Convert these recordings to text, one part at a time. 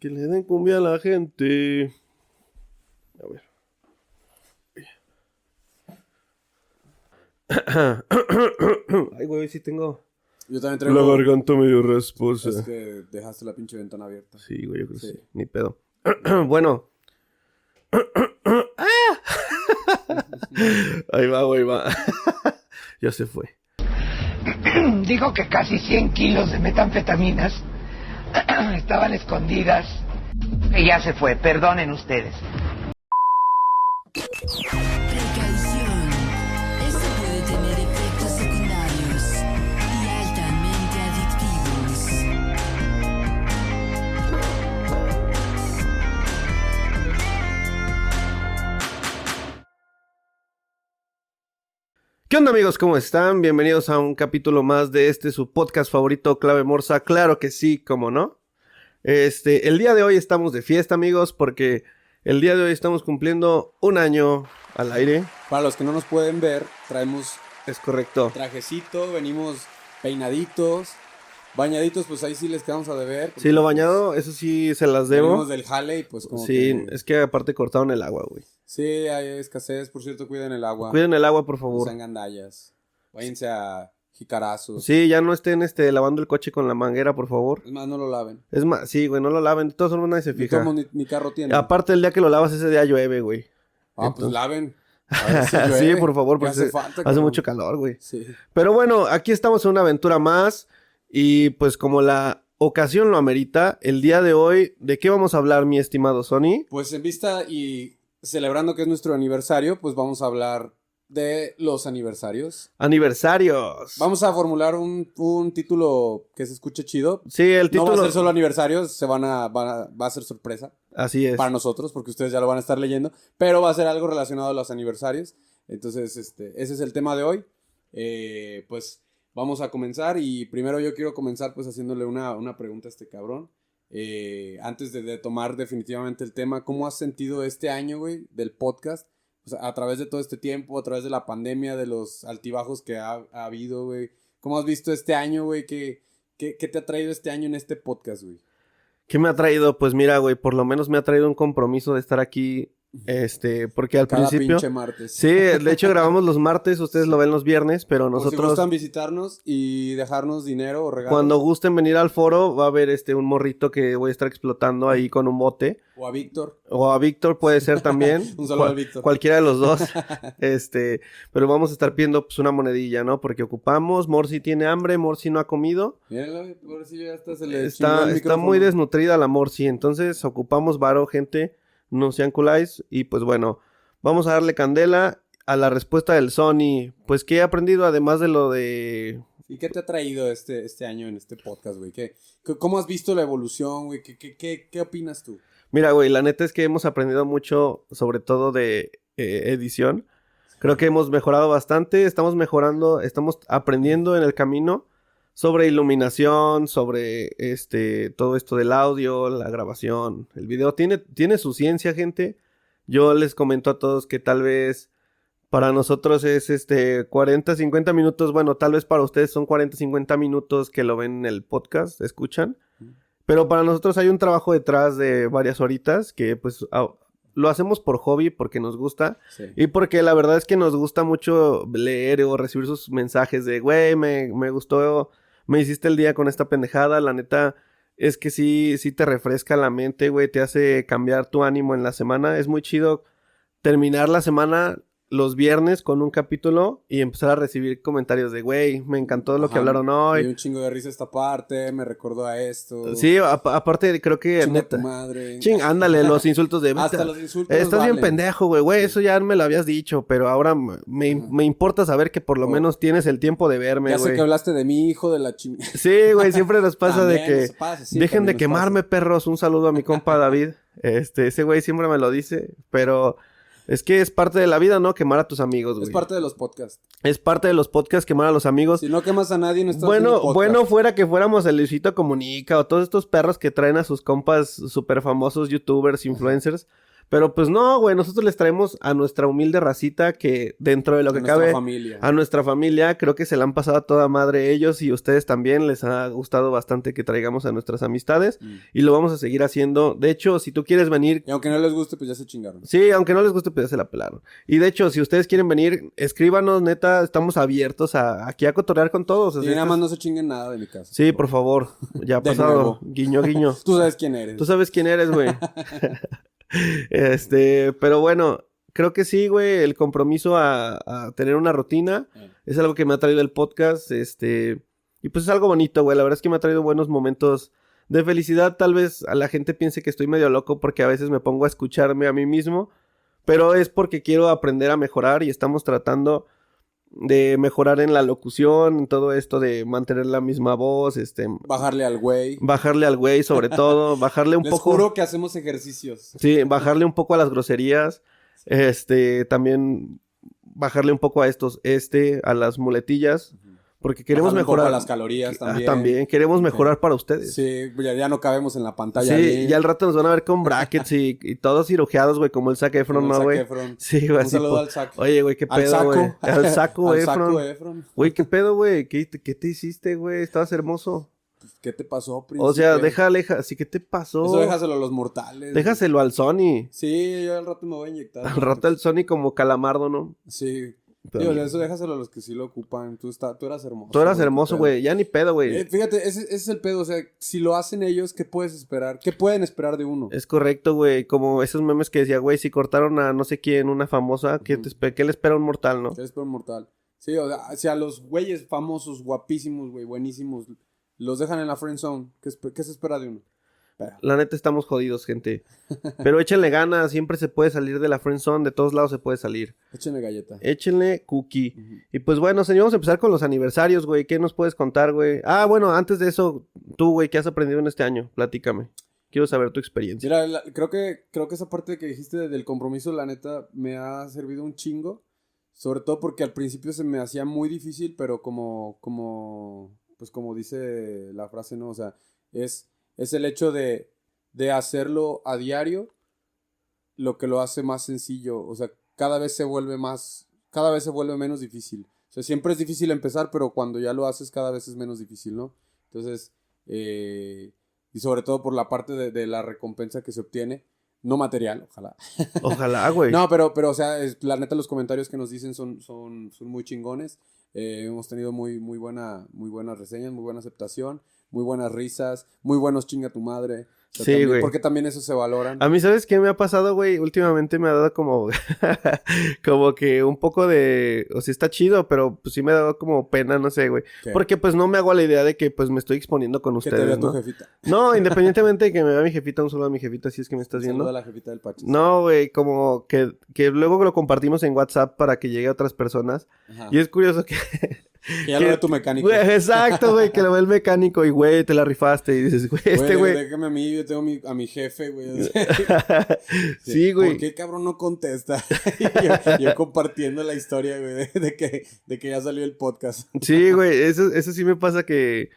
Que le den cumbia a la gente. A ver. Ay, güey, sí tengo Yo la también traigo. garganta medio rasposa. Es que dejaste la pinche ventana abierta. Sí, güey, yo creo que Sí. sí. Ni pedo. bueno. Ah. ahí va, güey, va. ya se fue. dijo que casi 100 kilos de metanfetaminas estaban escondidas. Que ya se fue, perdonen ustedes. Precaución. Esto puede tener efectos secundarios y altamente adictivos. ¿Qué onda amigos? ¿Cómo están? Bienvenidos a un capítulo más de este su podcast favorito, Clave Morsa. Claro que sí, cómo no. Este, el día de hoy estamos de fiesta, amigos, porque el día de hoy estamos cumpliendo un año al aire. Para los que no nos pueden ver, traemos Es correcto. trajecito, venimos peinaditos, bañaditos, pues ahí sí les quedamos a deber. Sí, lo bañado, eso sí se las debo. Venimos del jale y pues como Sí, que- es que aparte cortaron el agua, güey. Sí, hay escasez, por cierto, cuiden el agua. Cuiden el agua, por No favor. sean gandallas. Váyanse a jicarazos. Sí, ya no estén este, lavando el coche con la manguera, por favor. Es más, no lo laven. Es más, sí, güey, no lo laven. De todas formas, nadie se Ni, fija. tomo, ni, ni carro tiene. Ah, Aparte, el día que lo lavas, ese día llueve, güey. pues entonces- laven. sí, por favor, porque hace, hace, falta, hace cabrón. mucho calor, güey. Sí. Pero bueno, aquí estamos en una aventura más. Y pues, como la ocasión lo amerita, el día de hoy, ¿de qué vamos a hablar, mi estimado Sony? Pues en vista y celebrando que es nuestro aniversario, pues vamos a hablar de los aniversarios. Aniversarios. Vamos a formular un, un título que se escuche chido. Sí, el título. No va a ser solo aniversarios, se van a, van a- va a ser sorpresa Así es. para nosotros, porque ustedes ya lo van a estar leyendo, pero va a ser algo relacionado a los aniversarios. Entonces, este, ese es el tema de hoy. Eh, pues vamos a comenzar y primero yo quiero comenzar pues haciéndole una, una pregunta a este cabrón. Eh, antes de, de tomar definitivamente el tema, ¿cómo has sentido este año, güey, del podcast? O sea, a través de todo este tiempo, a través de la pandemia, de los altibajos que ha, ha habido, güey. ¿Cómo has visto este año, güey? ¿Qué, qué, qué te ha traído este año en este podcast, güey? ¿Qué me ha traído? Pues mira, güey, por lo menos me ha traído un compromiso de estar aquí. Este, porque al Cada principio. pinche martes. Sí, de hecho grabamos los martes, ustedes lo ven los viernes, pero Por si nosotros gustan visitarnos y dejarnos dinero o regalos. cuando gusten venir al foro va a haber este un morrito que voy a estar explotando ahí con un bote O a Víctor. o a Víctor puede ser también. Un saludo cual- al Víctor. Cualquiera de los dos. Este, pero vamos a estar pidiendo pues una monedilla, ¿no? Porque ocupamos, Morsi tiene hambre, Morsi no ha comido. Mírenlo, por si ya hasta se le chingó el Está, está micrófono. muy desnutrida la Morsi, entonces ocupamos varo, gente, no sean culáis y pues bueno, vamos a darle candela a la respuesta del Sony. Pues que he aprendido además de lo de ¿Y qué te ha traído este, este año en este podcast, güey? ¿Qué, qué- ¿Cómo has visto la evolución, güey? ¿Qué, qué, qué, qué opinas tú? Mira, güey, la neta es que hemos aprendido mucho, sobre todo de eh, edición. Creo que hemos mejorado bastante, estamos mejorando, estamos aprendiendo en el camino sobre iluminación, sobre este todo esto del audio, la grabación, el video. Tiene, tiene su ciencia, gente. Yo les comento a todos que tal vez para nosotros es este 40, 50 minutos. Bueno, tal vez para ustedes son 40, 50 minutos que lo ven en el podcast, escuchan. Pero para nosotros hay un trabajo detrás de varias horitas que pues a- lo hacemos por hobby, porque nos gusta. Sí. Y porque la verdad es que nos gusta mucho leer o recibir sus mensajes de, güey, me, me gustó, me hiciste el día con esta pendejada. La neta es que sí, sí te refresca la mente, güey, te hace cambiar tu ánimo en la semana. Es muy chido terminar la semana los viernes con un capítulo y empezar a recibir comentarios de, güey, me encantó lo que Ajá. hablaron Y hoy. un chingo de risa esta parte, me recordó a esto. Sí, a- aparte creo que... Chinga neta- tu madre. Ching, ándale, los insultos de... Hasta "Vete a- los insultos. Estás bien valen. pendejo, güey, güey, eso ya me lo habías dicho, pero ahora me, me- Ajá. me importa saber que por lo Oh. menos tienes el tiempo de verme, Ya sé güey. que hablaste de mi hijo, de la chingada. Sí, güey, siempre nos pasa de que dejen de quemarme, perros. Un saludo a mi compa David. Este, ese güey siempre me lo dice, pero es que es parte de la vida, ¿no? Quemar a tus amigos, pues, güey. Es parte de los podcasts. Es parte de los podcasts quemar a los amigos. Si no quemas a nadie, no estás haciendo Bueno, podcast. bueno fuera que fuéramos el Luisito Comunica o todos estos perros que traen a sus compas super famosos youtubers, influencers. Pero pues no, güey, nosotros les traemos a nuestra humilde racita que dentro de lo que nuestra cabe Ah, familia. a nuestra familia, creo que se la han pasado a toda madre ellos y ustedes también les ha gustado bastante que traigamos a nuestras amistades Mm. y lo vamos a seguir haciendo. De hecho, si tú quieres venir, Y aunque no les guste, pues ya se chingaron. sí, aunque no les guste, pues ya se la pelaron. Y de hecho, si ustedes quieren venir, escríbanos, neta, estamos abiertos a aquí a cotorrear con todos. o Y sea, nada esto más es- no se chinguen nada de mi casa. Sí, por favor, ya ha De pasado. nuevo. Guiño, guiño. Tú sabes quién eres. Tú sabes quién eres, güey. este, pero bueno, creo que sí, güey, el compromiso a, a tener una rutina Eh. es algo que me ha traído el podcast, este, y pues es algo bonito, güey, la verdad es que me ha traído buenos momentos de felicidad, tal vez a la gente piense que estoy medio loco porque a veces me pongo a escucharme a mí mismo, pero es porque quiero aprender a mejorar y estamos tratando de mejorar en la locución, en todo esto de mantener la misma voz, este, Bajarle al güey. bajarle al güey sobre todo, bajarle un Les poco... juro que hacemos ejercicios. Sí, bajarle un poco a las groserías. Este, también bajarle un poco a estos, este, a las muletillas. Porque queremos Bajarle un poco mejorar. a las calorías Ah, también. Queremos mejorar para ustedes. Sí, Sí, ya, ya no cabemos en la pantalla. ahí. ya al rato nos van a ver con brackets y, y todos cirujeados, güey, como el Zac Como Efron, el ¿no, Zac güey? Efron. Sí, güey, Un así. saludo po- al Zac. pues, Oye, güey, qué Al pedo, güey. saco. Al saco, Al Efron. saco Efron. Güey, qué pedo, güey. ¿Qué, te- qué te hiciste, güey? Estabas hermoso. ¿Qué te pasó, príncipe? O sea, deja, deja. Así que te pasó. Eso déjaselo a los mortales. Déjaselo al Sony. Sí, yo al rato me voy a inyectar. Al rato el Sony como calamardo, ¿no? Sí. Pero- Digo, eso déjaselo a los que sí lo ocupan. Tú, está, tú eras hermoso. Tú eras qué hermoso, pedo. güey. Ya ni pedo, Eh, güey. fíjate, ese, ese es el pedo. O sea, si lo hacen ellos, ¿qué puedes esperar? ¿Qué pueden esperar de uno? Es correcto, güey. Como esos memes que decía, güey, si cortaron a no sé quién, una famosa, ¿qué, te espe- qué le espera a un mortal, no? ¿Qué les espera un mortal? Sí, o sea, si a los güeyes famosos, guapísimos, güey, buenísimos, los dejan en la friend zone, ¿qué, espe- qué se espera de uno? Pero, La neta estamos jodidos, gente. Pero échenle ganas, siempre se puede salir de la friendzone, de todos lados se puede salir. échenle galleta. Eh, Échenle cookie. Ujú. Y pues bueno, señor, vamos a empezar con los aniversarios, güey. ¿Qué nos puedes contar, güey? Ah, bueno, antes de eso, tú, güey, ¿qué has aprendido en este año? Platícame. Quiero saber tu experiencia. Mira, la- creo, que, creo que esa parte que dijiste de- del compromiso, la neta, me ha servido un chingo. Sobre todo porque al principio se me hacía muy difícil, pero como, como, pues como dice la frase, ¿no? O sea, es, es el hecho de, de hacerlo a diario lo que lo hace más sencillo. O sea, cada vez se vuelve más, cada vez se vuelve menos difícil. O sea, siempre es difícil empezar, pero cuando ya lo haces cada vez es menos difícil, ¿no? Entonces, eh, y sobre todo por la parte de, de la recompensa que se obtiene, no material, ojalá. Ojalá, güey. No, pero, pero o sea, es- la neta los comentarios que nos dicen son, son, son muy chingones. Eh, hemos tenido muy, muy, buena, muy buenas reseñas, muy buena aceptación, muy bunas risas, muy buenos chinga tu madre. O sea, Sí, también- güey. Porque también eso se valoran. A mí, ¿sabes qué me ha pasado, güey? Últimamente me ha dado como... como que un poco de... O sea, está chido, pero pues, sí me ha dado como pena, no sé, güey. que, Porque pues no me hago a la idea de que pues me estoy exponiendo con que te vea ustedes, tu ¿no? jefita. No, independientemente de que me vea mi jefita, un solo a mi jefita, si es que me estás Un saludo a viendo. la jefita del Pachis. No, güey, como que, que luego lo compartimos en WhatsApp para que llegue a otras personas. Ajá. Y es curioso que... Que ya lo que- ve tu Ah. mecánico. Güey, exacto, güey, que lo ve el mecánico y, güey, te la rifaste. Y dices, güey, este de- güey... Déjame a mí, yo tengo mi- a mi jefe, güey. Sí. sí, güey. ¿Por qué cabrón no contesta? yo, yo compartiendo la historia, güey, de, de que, de que ya salió el podcast. Sí, güey, eso, eso sí me pasa que,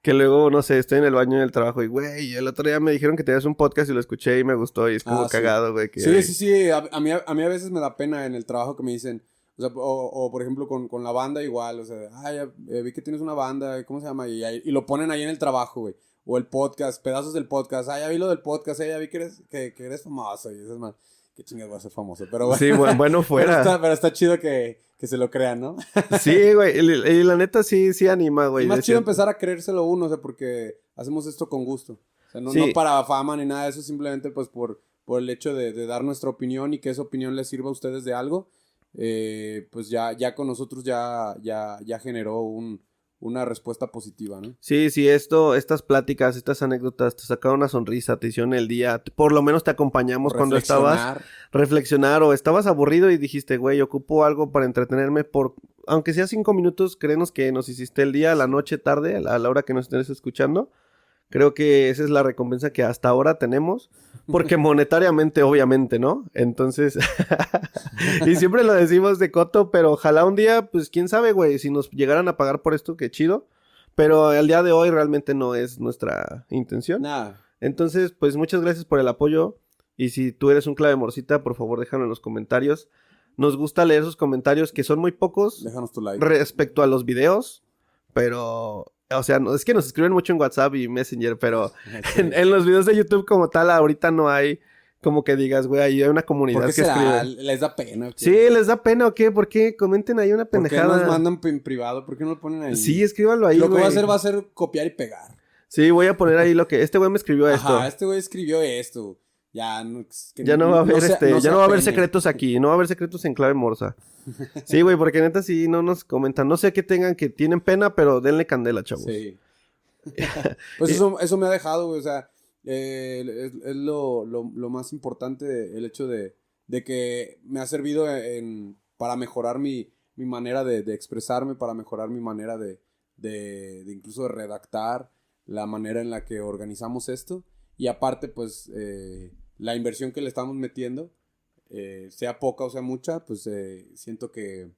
que luego, no sé, estoy en el baño del trabajo y, güey, el otro día me dijeron que tenías un podcast y lo escuché y me gustó y es como Ah, sí. cagado, güey. que- Sí, sí, sí. A, a mí, a mí a veces me da pena en el trabajo que me dicen. O, sea, o, o, por ejemplo, con, con la banda igual. O sea, ah, ya, eh, vi que tienes una banda. ¿Cómo se llama? Y, ahí- y lo ponen ahí en el trabajo, güey. O el podcast, pedazos del podcast. Ah, ya vi lo del podcast. Eh, ya vi que eres, que, que eres famoso. Y eso es más. Qué chingas va a ser famoso. Pero bueno. Sí, bueno, bueno Pero fuera. está, pero está chido que, que se lo crean, ¿no? Sí, güey, y, y la neta sí, sí anima, güey. y más decir- chido empezar a creérselo uno, o sea, porque hacemos esto con gusto. O sea, no, Sí. no para fama ni nada de eso, simplemente pues por, por el hecho de, de dar nuestra opinión y que esa opinión les sirva a ustedes de algo, eh, pues ya, ya con nosotros ya, ya, ya generó un, una respuesta positiva, ¿no? Sí, sí, esto, estas pláticas, estas anécdotas te sacaron una sonrisa, te hicieron el día, te- por lo menos te acompañamos cuando estabas Reflexionar. reflexionar o estabas aburrido y dijiste, güey, ocupo algo para entretenerme por, aunque sea cinco minutos, créenos que nos hiciste el día, la noche, tarde, a la, a la hora que nos estés escuchando. Creo que esa es la recompensa que hasta ahora tenemos, porque monetariamente, obviamente, ¿no? Entonces, y siempre lo decimos de coto, pero ojalá un día, pues quién sabe, güey, si nos llegaran a pagar por esto, qué chido. Pero al día de hoy realmente no es nuestra intención. Nada. Entonces, pues muchas gracias por el apoyo. Y si tú eres un clave morcita, por favor déjalo en los comentarios. Nos gusta leer sus comentarios, que son muy pocos Déjanos tu like. respecto a los videos, pero, o sea, no- es que nos escriben mucho en WhatsApp y Messenger, pero en, en los videos de YouTube como tal, ahorita no hay como que digas, güey, ahí hay una comunidad ¿Por que qué será? escribe. ¿Les da pena? o qué? Sí, ¿les da pena o qué? ¿Por qué? Comenten ahí una ¿Por qué pendejada. nos mandan en privado? ¿Por qué no lo ponen ahí? Sí, escríbanlo ahí, Lo que voy a güey. hacer va a ser copiar y pegar. Sí, voy a poner ahí lo que... Este güey me escribió esto. Ajá, este güey escribió esto. Ya no, es que Ya no va a haber, sea- este, ya sea no va a haber pene. secretos aquí, no va a haber secretos en clave morsa. Sí, güey, porque neta sí no nos comentan. No sé qué tengan que tienen pena, pero denle candela, chavos. Eh, Sí. pues eso, eso me ha dejado, güey. O sea, eh, es, es lo, lo- lo más importante el hecho de, de que me ha servido en- para mejorar mi, mi manera de, de expresarme, para mejorar mi manera de, de- de incluso de redactar, la manera en la que organizamos esto. Y aparte, pues, eh, la inversión que le estamos metiendo, eh, sea poca o sea mucha, pues eh, siento que...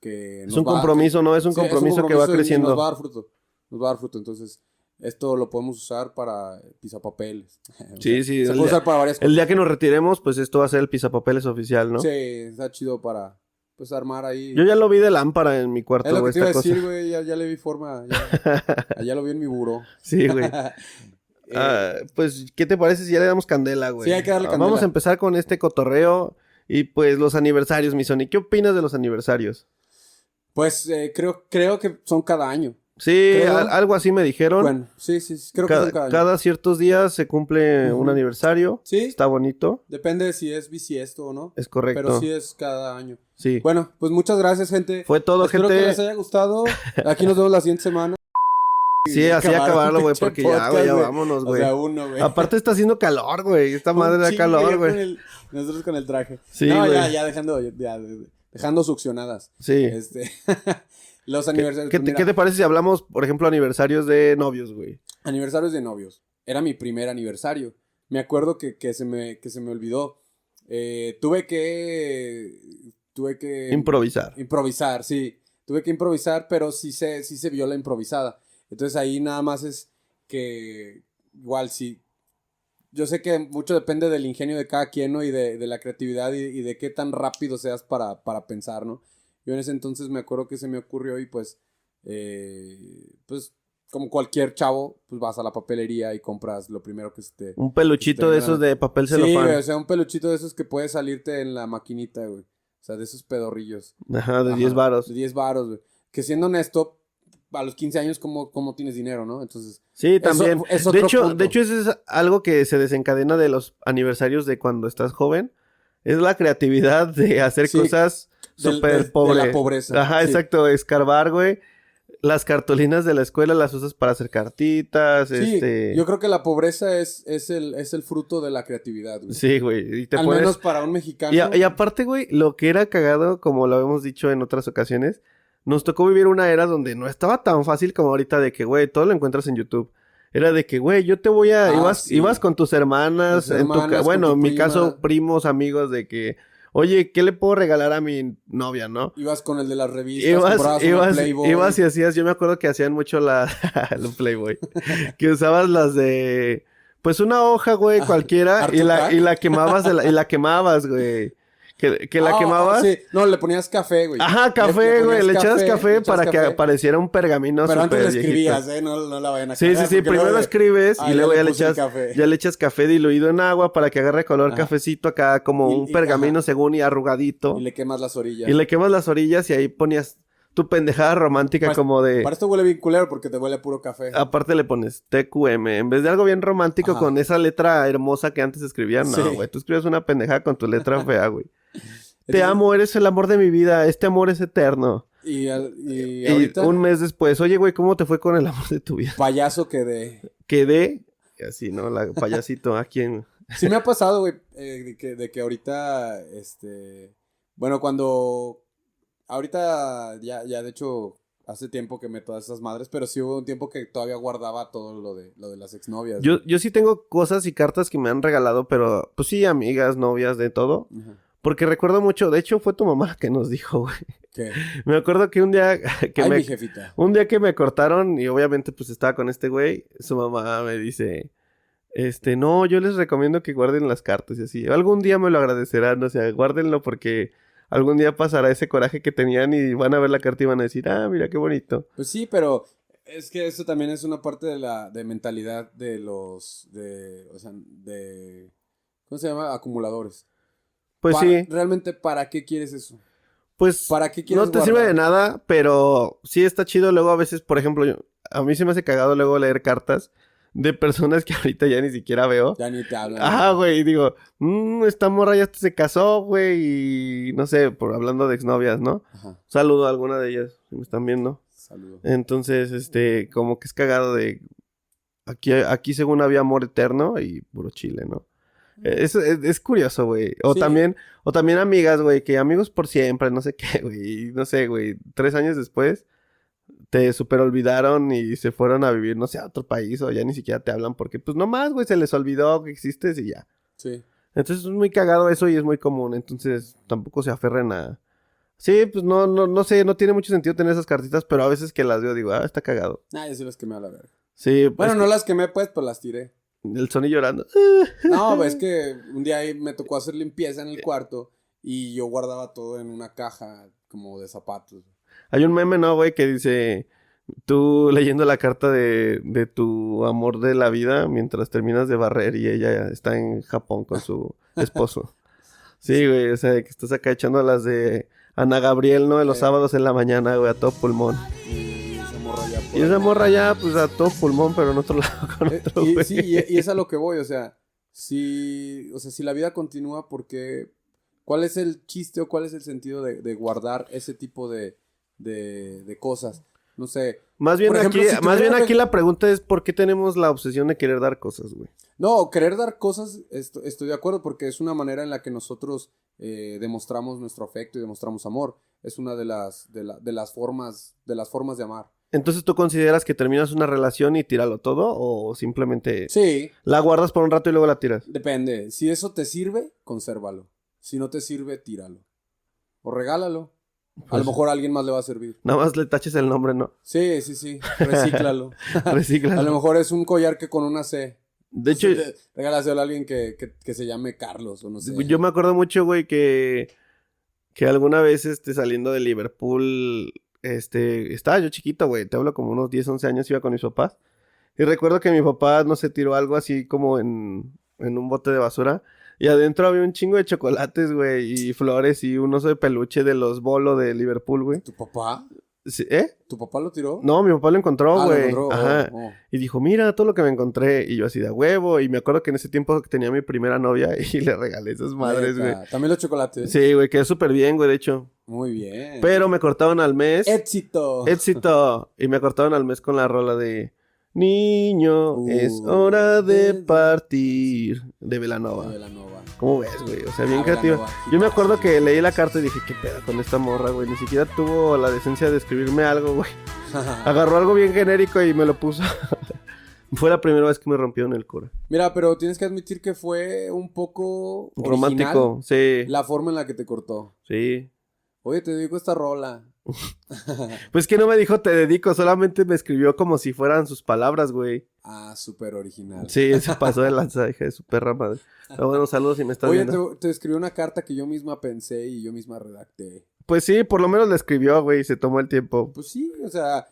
que Es nos un va- compromiso, ¿no? Es un Sí, compromiso, que va compromiso y- y creciendo. Nos va a dar fruto. Nos va a dar fruto. Entonces, esto lo podemos usar para pisapapeles. O Sí, sí, sea, Se el puede día- usar para varias El día que nos retiremos, pues esto va a ser el pisapapeles oficial, ¿no? Sí, está chido para pues armar ahí. Yo ya lo vi de lámpara en mi cuarto, es lo güey, que te iba a esta cosa. decir, güey. Ya, ya le vi forma. Ya, ya lo vi en mi buró. Sí, güey. Eh, Ah, pues, ¿qué te parece si ya le damos candela, güey? Sí, hay que darle Ah, candela. Vamos a empezar con este cotorreo y pues los aniversarios, mi Sony. ¿Qué opinas de los aniversarios? Pues eh, creo, creo que son cada año. Sí, Creo- al- algo así me dijeron. Bueno, sí, sí, sí, creo que cada, son cada año. cada ciertos días se cumple un Ujú. aniversario. Sí, Está bonito. depende de si es bisiesto o no. Es correcto. Pero sí sí. es cada año. Bueno, pues muchas gracias, gente. Fue todo, Espero que les gente. haya gustado. Aquí nos vemos la siguiente semana. Sí, así acabaron acabarlo, el güey, pinche porque ya, güey, este podcast, ya güey. vámonos, O güey. sea, uno, güey. Aparte está haciendo calor, güey. Esta Un madre da chingo, calor, ya con güey. el- Nosotros con el traje. Sí, no, ya, güey. ya dejando, ya, dejando succionadas. Sí. Este, los ¿Qué- aniversarios. ¿Qué, pues te, mira, qué te parece si hablamos, por ejemplo, aniversarios de novios, güey? Aniversarios de novios. Era mi primer aniversario. Me acuerdo que, que se, me, que se me olvidó. Eh, tuve que. Tuve que. Improvisar. Improvisar, sí. Tuve que improvisar, pero sí se, sí se vio la improvisada. Entonces ahí nada más es que igual sí. Yo sé que mucho depende del ingenio de cada quien, ¿no? Y de, de la creatividad y, y de qué tan rápido seas para, para pensar, ¿no? Yo en ese entonces me acuerdo que se me ocurrió y pues, eh, pues como cualquier chavo, pues vas a la papelería y compras lo primero que se te... Un peluchito Este, de esos de papel Sí, güey, celofán. o sea, un peluchito de esos que puede salirte en la maquinita, güey. O sea, de esos pedorrillos. Ajá, de Ajá, 10 varos. De 10 varos, güey. Que siendo honesto, a los 15 años, ¿cómo, cómo tienes dinero, no? Entonces, Sí, también. es de otro hecho, punto. de hecho, eso es algo que se desencadena de los aniversarios de cuando estás joven. Es la creatividad de hacer Sí, cosas del- de- súper de pobres. la pobreza. Ajá, sí. exacto. Escarbar, güey. Las cartulinas de la escuela las usas para hacer cartitas. Sí, este... yo creo que la pobreza es, es, el, es el fruto de la creatividad, güey. Sí, güey. Y te Al pones. menos para un mexicano. Y, a- y aparte, güey, lo que era cagado, como lo habíamos dicho en otras ocasiones, nos tocó vivir una era donde no estaba tan fácil como ahorita de que, güey, todo lo encuentras en YouTube. Era de que, güey, yo te voy a... Ah, ibas, sí. ibas con tus hermanas, Tus en tu ca- hermanas, con bueno, tu en mi prima. caso, primos, amigos, de que, oye, ¿qué le puedo regalar a mi novia, no? Ibas con el de las revistas, comprabas Ibas, una ibas, Playboy. ibas y hacías, yo me acuerdo que hacían mucho la, los Playboy, que usabas las de, pues una hoja, güey, Ah, cualquiera, y Arthur la, Pack. y la quemabas, de la- y la quemabas, güey, que, que la Ah, quemabas. sí. No, le ponías café, güey. Ajá, café, ponías güey, le echabas café, le echabas para que café. pareciera un pergamino Pero súper antes le viejito. escribías, ¿eh? No, no la vayan a Sí, sí, cagar, sí, porque primero luego- escribes Ah, y luego ya le puse el echas... café. Ya le echas café diluido en agua para que agarre color Ajá. cafecito acá, como Y- un y- pergamino ajá. según y arrugadito. Y le quemas las orillas. Y le quemas las orillas y ahí ponías tu pendejada romántica Pues, como de... Para esto huele bien culero porque te huele a puro café. Aparte le pones TQM. En vez de algo bien romántico Ajá. con esa letra hermosa que antes escribían, Sí. no, güey. Tú escribes una pendejada con tu letra fea, güey. Te Entonces- amo, eres el amor de mi vida. Este amor es eterno. Y, al- y Y ahorita, un mes después, oye, güey, ¿cómo te fue con el amor de tu vida? payaso que de... Quedé. y Así, ¿no? La payasito, ¿a quién? Sí me ha pasado, güey, eh, de, que, de que ahorita, este... Bueno, cuando... Ahorita ya, ya de hecho, hace tiempo que me todas esas madres, pero sí hubo un tiempo que todavía guardaba todo lo de, lo de las exnovias. Yo, yo sí tengo cosas y cartas que me han regalado, pero pues sí, amigas, novias, de todo. Ajá. Porque recuerdo mucho, de hecho fue tu mamá la que nos dijo, güey. Que, Me acuerdo que un día que ay, me mi jefita. Un día que me cortaron y obviamente pues estaba con este güey, su mamá me dice, Este, no, yo les recomiendo que guarden las cartas y así. Algún día me lo agradecerán, o sea, guárdenlo porque algún día pasará ese coraje que tenían y van a ver la carta y van a decir, ah, mira qué bonito. Pues sí, pero es que eso también es una parte de la de mentalidad de los de o sea, de ¿cómo se llama? acumuladores. Pues Pa- sí, Realmente para qué quieres eso? pues ¿Para qué quieres no te sirve de guardar? nada, pero sí está chido luego a veces, por ejemplo, yo- a mí se me hace cagado luego leer cartas de personas que ahorita ya ni siquiera veo. Ya ni te hablan. Ah, güey, y digo, "Mm, esta morra ya se casó, güey, y no sé, por hablando de exnovias, ¿no? Ajá. Saludo a alguna de ellas, si me están viendo. Saludo. Entonces, este, como que es cagado de. Aquí, aquí según había amor eterno y puro chile, ¿no? Eh, Es, es- es curioso, güey. O Sí. también, o también amigas, güey, que amigos por siempre, no sé qué, güey. y No sé, güey. Tres años después te super olvidaron y se fueron a vivir, no sé, a otro país o ya ni siquiera te hablan porque, pues nomás, güey, se les olvidó que existes y ya. Sí. Entonces es muy cagado eso y es muy común. Entonces tampoco se aferren a. Sí, pues no, no, no sé, no tiene mucho sentido tener esas cartitas, pero a veces que las veo digo, ah, está cagado. Nah, yo sí las quemé a la verga. Sí, Bueno, es no las quemé pues, pero las tiré. que el Sony llorando. Ah, No, pues, es que un día ahí me tocó hacer limpieza en el cuarto y yo guardaba todo en una caja como de zapatos. Hay un meme, ¿no, güey? Que dice, tú leyendo la carta de, de tu amor de la vida mientras terminas de barrer y ella está en Japón con su esposo. Sí, güey, o sea, que estás acá echando las de Ana Gabriel, ¿no? De los Sí. sábados en la mañana, güey, a todo pulmón. Y esa morra ya por Y esa ahí. morra ya, pues a todo pulmón, pero en otro lado con Eh, otro y, güey. sí, y, y es a lo que voy, o sea, si, o sea, si la vida continúa, ¿por qué? ¿Cuál es el chiste o cuál es el sentido de, de guardar ese tipo de, de, de cosas? No sé. Más bien Por ejemplo, aquí, si más bien tuviera- aquí la pregunta es por qué tenemos la obsesión de querer dar cosas, güey. No, querer dar cosas, est- estoy de acuerdo, porque es una manera en la que nosotros eh, demostramos nuestro afecto y demostramos amor. Es una de las, de, la- de las formas, de las formas de amar. Entonces, ¿tú consideras que terminas una relación y tíralo todo o simplemente Sí, la guardas por un rato y luego la tiras? depende. Si eso te sirve, consérvalo. Si no te sirve, tíralo. O regálalo. A Pues- lo mejor a alguien más le va a servir. Nada más le taches el nombre, ¿no? Sí, sí, sí. Recíclalo. A lo Reciclas. mejor es un collar que con una C. De hecho, Entonces, te- regálaselo a alguien que, que- que se llame Carlos o no sé. yo me acuerdo mucho, güey, que, que alguna vez este, saliendo de Liverpool, este, estaba yo chiquito, güey, te hablo como unos 10, 11 años, iba con mis papás. Y recuerdo que mi papá, no se tiró algo así como en, en un bote de basura. Y adentro había un chingo de chocolates, güey, y flores y un oso de peluche de los bolos de Liverpool, güey. ¿Tu papá? Sí, ¿Eh? ¿Tu papá lo tiró? No, mi papá lo encontró, Ah, lo güey. encontró, oh, Ajá. oh. Y dijo, mira todo lo que me encontré. Y yo así de "A huevo. Y me acuerdo que en ese tiempo tenía mi primera novia y le regalé esas madres, güey. Neta. También los chocolates. Sí, Pues, güey, quedó súper bien, güey, de hecho. Muy bien. Pero me cortaron al mes. Eh. Éxito. Éxito. Y me cortaron al mes con la rola de Niño, Uh, es hora de de- partir. De Velanova. Velanova. ¿Cómo ves, güey? O sea, bien Ah, creativa. Belanova, sí, Yo me sí, acuerdo sí. que leí la carta y dije, qué pedo con esta morra, güey. Ni siquiera tuvo la decencia de escribirme algo, güey. Ah. Agarró algo bien genérico y me lo puso. Fue la primera vez que me rompieron el cura. Mira, pero tienes que admitir que fue un poco original Romántico, sí. La forma en la que te cortó. Sí. Oye, te dedico esta rola. Pues que no me dijo te dedico, solamente me escribió como si fueran sus palabras, güey. Ah, súper original. Sí, se pasó de lanza, hija de su perra madre. Pero bueno, saludos si me estás Oye, te, viendo. te escribí una carta que yo misma pensé y yo misma redacté. Pues sí, por lo menos le escribió, güey, y se tomó el tiempo. Pues sí, o sea,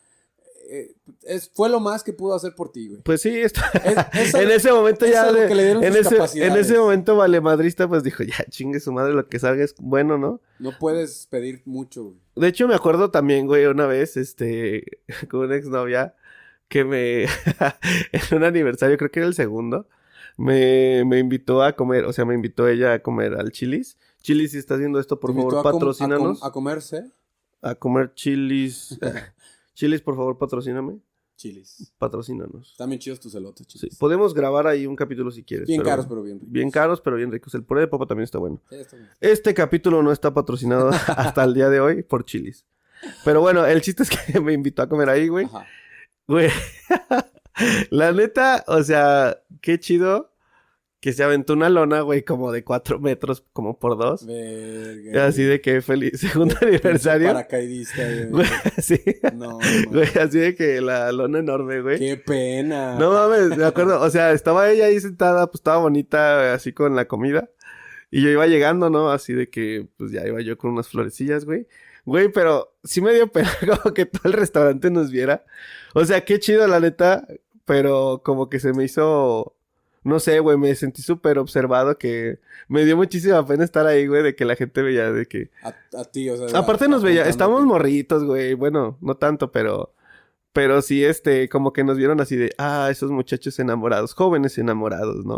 eh, es, fue lo más que pudo hacer por ti, güey. Pues sí, está- Es- en eso- ese momento ya eso es lo le- que le dieron en, sus ese, en capacidades. ese momento valemadrista pues dijo, ya chingue su madre, lo que salga es bueno, ¿no? No puedes pedir mucho, güey. De hecho, me acuerdo también, güey, una vez, este, con una exnovia que me, en un aniversario, creo que era el segundo, me, me invitó a comer, o sea, me invitó ella a comer al Chili's. Chili's, si estás viendo esto, por Te invitó favor, a com- patrocínanos. A, com- a comerse A, comer Chili's. Chili's, por favor, patrocíname. chiles. Patrocínanos. También chidos tus elotes, Sí, chiles. podemos grabar ahí un capítulo si quieres. bien pero- caros, pero bien ricos. Bien caros, pero bien ricos. El puré de papa también está bueno. Sí, está bien. Este capítulo no está patrocinado hasta el día de hoy por Chili's. Pero bueno, el chiste es que me invitó a comer ahí, güey. Ajá. Güey, la neta, o sea, qué chido que se aventó una lona, güey, como de cuatro metros, como por dos. Verga. Así de que feliz segundo aniversario. Paracaidista, güey. Güey, así, No, güey, mames. así de que la lona enorme, güey. Qué pena. No mames, me acuerdo. O sea, estaba ella ahí sentada, pues estaba bonita, así con la comida. Y yo iba llegando, ¿no? Así de que, pues ya iba yo con unas florecillas, güey. Güey, pero sí me dio pena como que todo el restaurante nos viera. O sea, qué chido, la neta. Pero como que se me hizo. No sé, güey, me sentí súper observado que me dio muchísima pena estar ahí, güey, de que la gente veía, de que. A, a ti, o sea. Aparte nos veía, apuntándote. estábamos morritos, güey. Bueno, no tanto, pero. Pero sí, este, como que nos vieron así de, ah, esos muchachos enamorados, jóvenes enamorados, ¿no?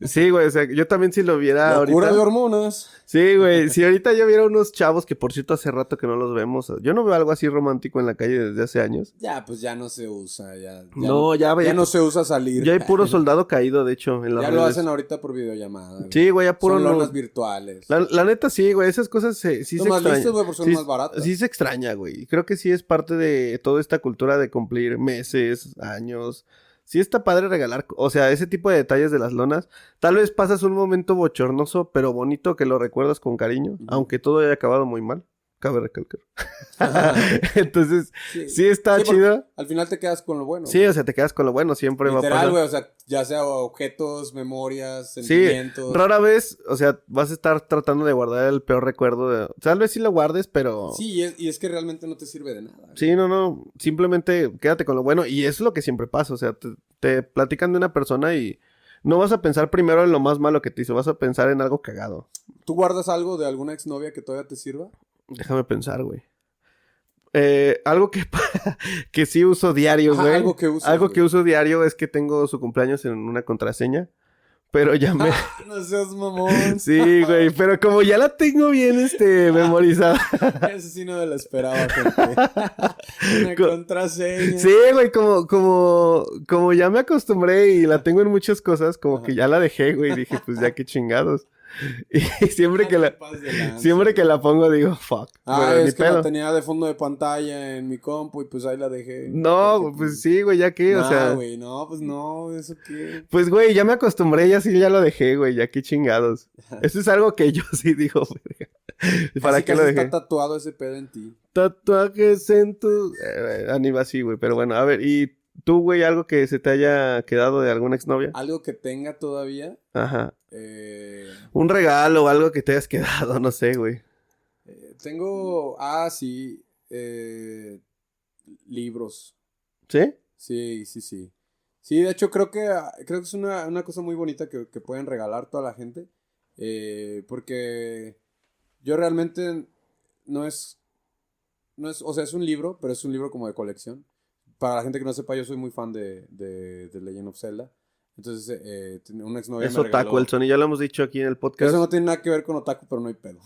Sí, güey, o sea, yo también si lo viera Locura ahorita. de hormonas. Sí, güey, si ahorita yo viera unos chavos que por cierto hace rato que no los vemos, yo no veo algo así romántico en la calle desde hace años. Ya, pues ya no se usa. Ya, ya- No, ya, ya ya, no se usa salir. ya hay puro soldado caído, de hecho, en las Ya lo redes. hacen ahorita por videollamada. güey. Sí, güey, ya puro Son no- lonas virtuales. La, la neta sí, güey, esas cosas se, sí Son se más extrañan. listos, güey, porque son sí, más baratas. Sí se extraña, güey. Creo que sí es parte de toda esta cultura de cumplir meses, años. Sí está padre regalar, o sea, ese tipo de detalles de las lonas. Tal vez pasas un momento bochornoso, pero bonito que lo recuerdas con cariño, Ujú. aunque todo haya acabado muy mal. Cabe recalcar. Entonces, sí está Sí, porque chido. Al final te quedas con lo bueno. Sí, o sea, te quedas con lo bueno, siempre va a pasar. Literal, güey, o sea, ya sea objetos, memorias, Sí, sentimientos. rara vez, o sea, vas a estar tratando de guardar el peor recuerdo. de- Tal vez sí lo guardes, pero... Sí, y es, y es que realmente no te sirve de nada. güey. Sí, no, no. Simplemente quédate con lo bueno. Y es lo que siempre pasa. O sea, te, te platican de una persona y no vas a pensar primero en lo más malo que te hizo. Vas a pensar en algo cagado. ¿Tú guardas algo de alguna exnovia que todavía te sirva? Déjame pensar, güey. Eh, algo que, pa- que sí uso diario, Ajá, güey. algo que usas, Algo güey. que uso diario es que tengo su cumpleaños en una contraseña. Pero ya me. Ah, No seas mamón. Sí, güey. Pero como ya la tengo bien este, memorizada. Eso sí no me lo esperaba, gente. Una Co- contraseña. Sí, güey, como, como, como ya me acostumbré y la tengo en muchas cosas, como que ya la dejé, güey, y dije, pues ya qué chingados. Y siempre que la, siempre que la pongo digo, fuck, Ah, pero ni es que la pedo. tenía de fondo de pantalla en mi compu y pues ahí la dejé. No, Porque, pues sí, güey, ya qué, o nah, sea, güey, no, pues no, eso qué. pues güey, ya me acostumbré, ya sí, ya lo dejé, güey, ya qué chingados. Eso es algo que yo sí digo, verga, ¿para Casi, qué lo casi dejé? está tatuado ese pedo en ti. Tatuajes en tu... Eh, eh, anima así, güey, pero bueno, a ver, y tú, güey, algo que se te haya quedado de alguna exnovia. Algo que tenga todavía. Ajá. eh, Un regalo o algo que te hayas quedado, no sé, güey. eh, tengo. Ah, sí. eh, libros. ¿Sí? Sí, sí, sí. Sí, de hecho creo que ah, creo que es una, una cosa muy bonita que, que pueden regalar toda la gente. eh, porque yo realmente no es, no es. O sea, es un libro, pero es un libro como de colección. Para la gente que no sepa, yo soy muy fan de, de, de Legend of Zelda. Entonces, eh, ten- una exnovia es me otaku, regaló- el Sony, ya lo hemos dicho aquí en el que podcast. eso no tiene nada que ver con otaku, pero no hay pedo.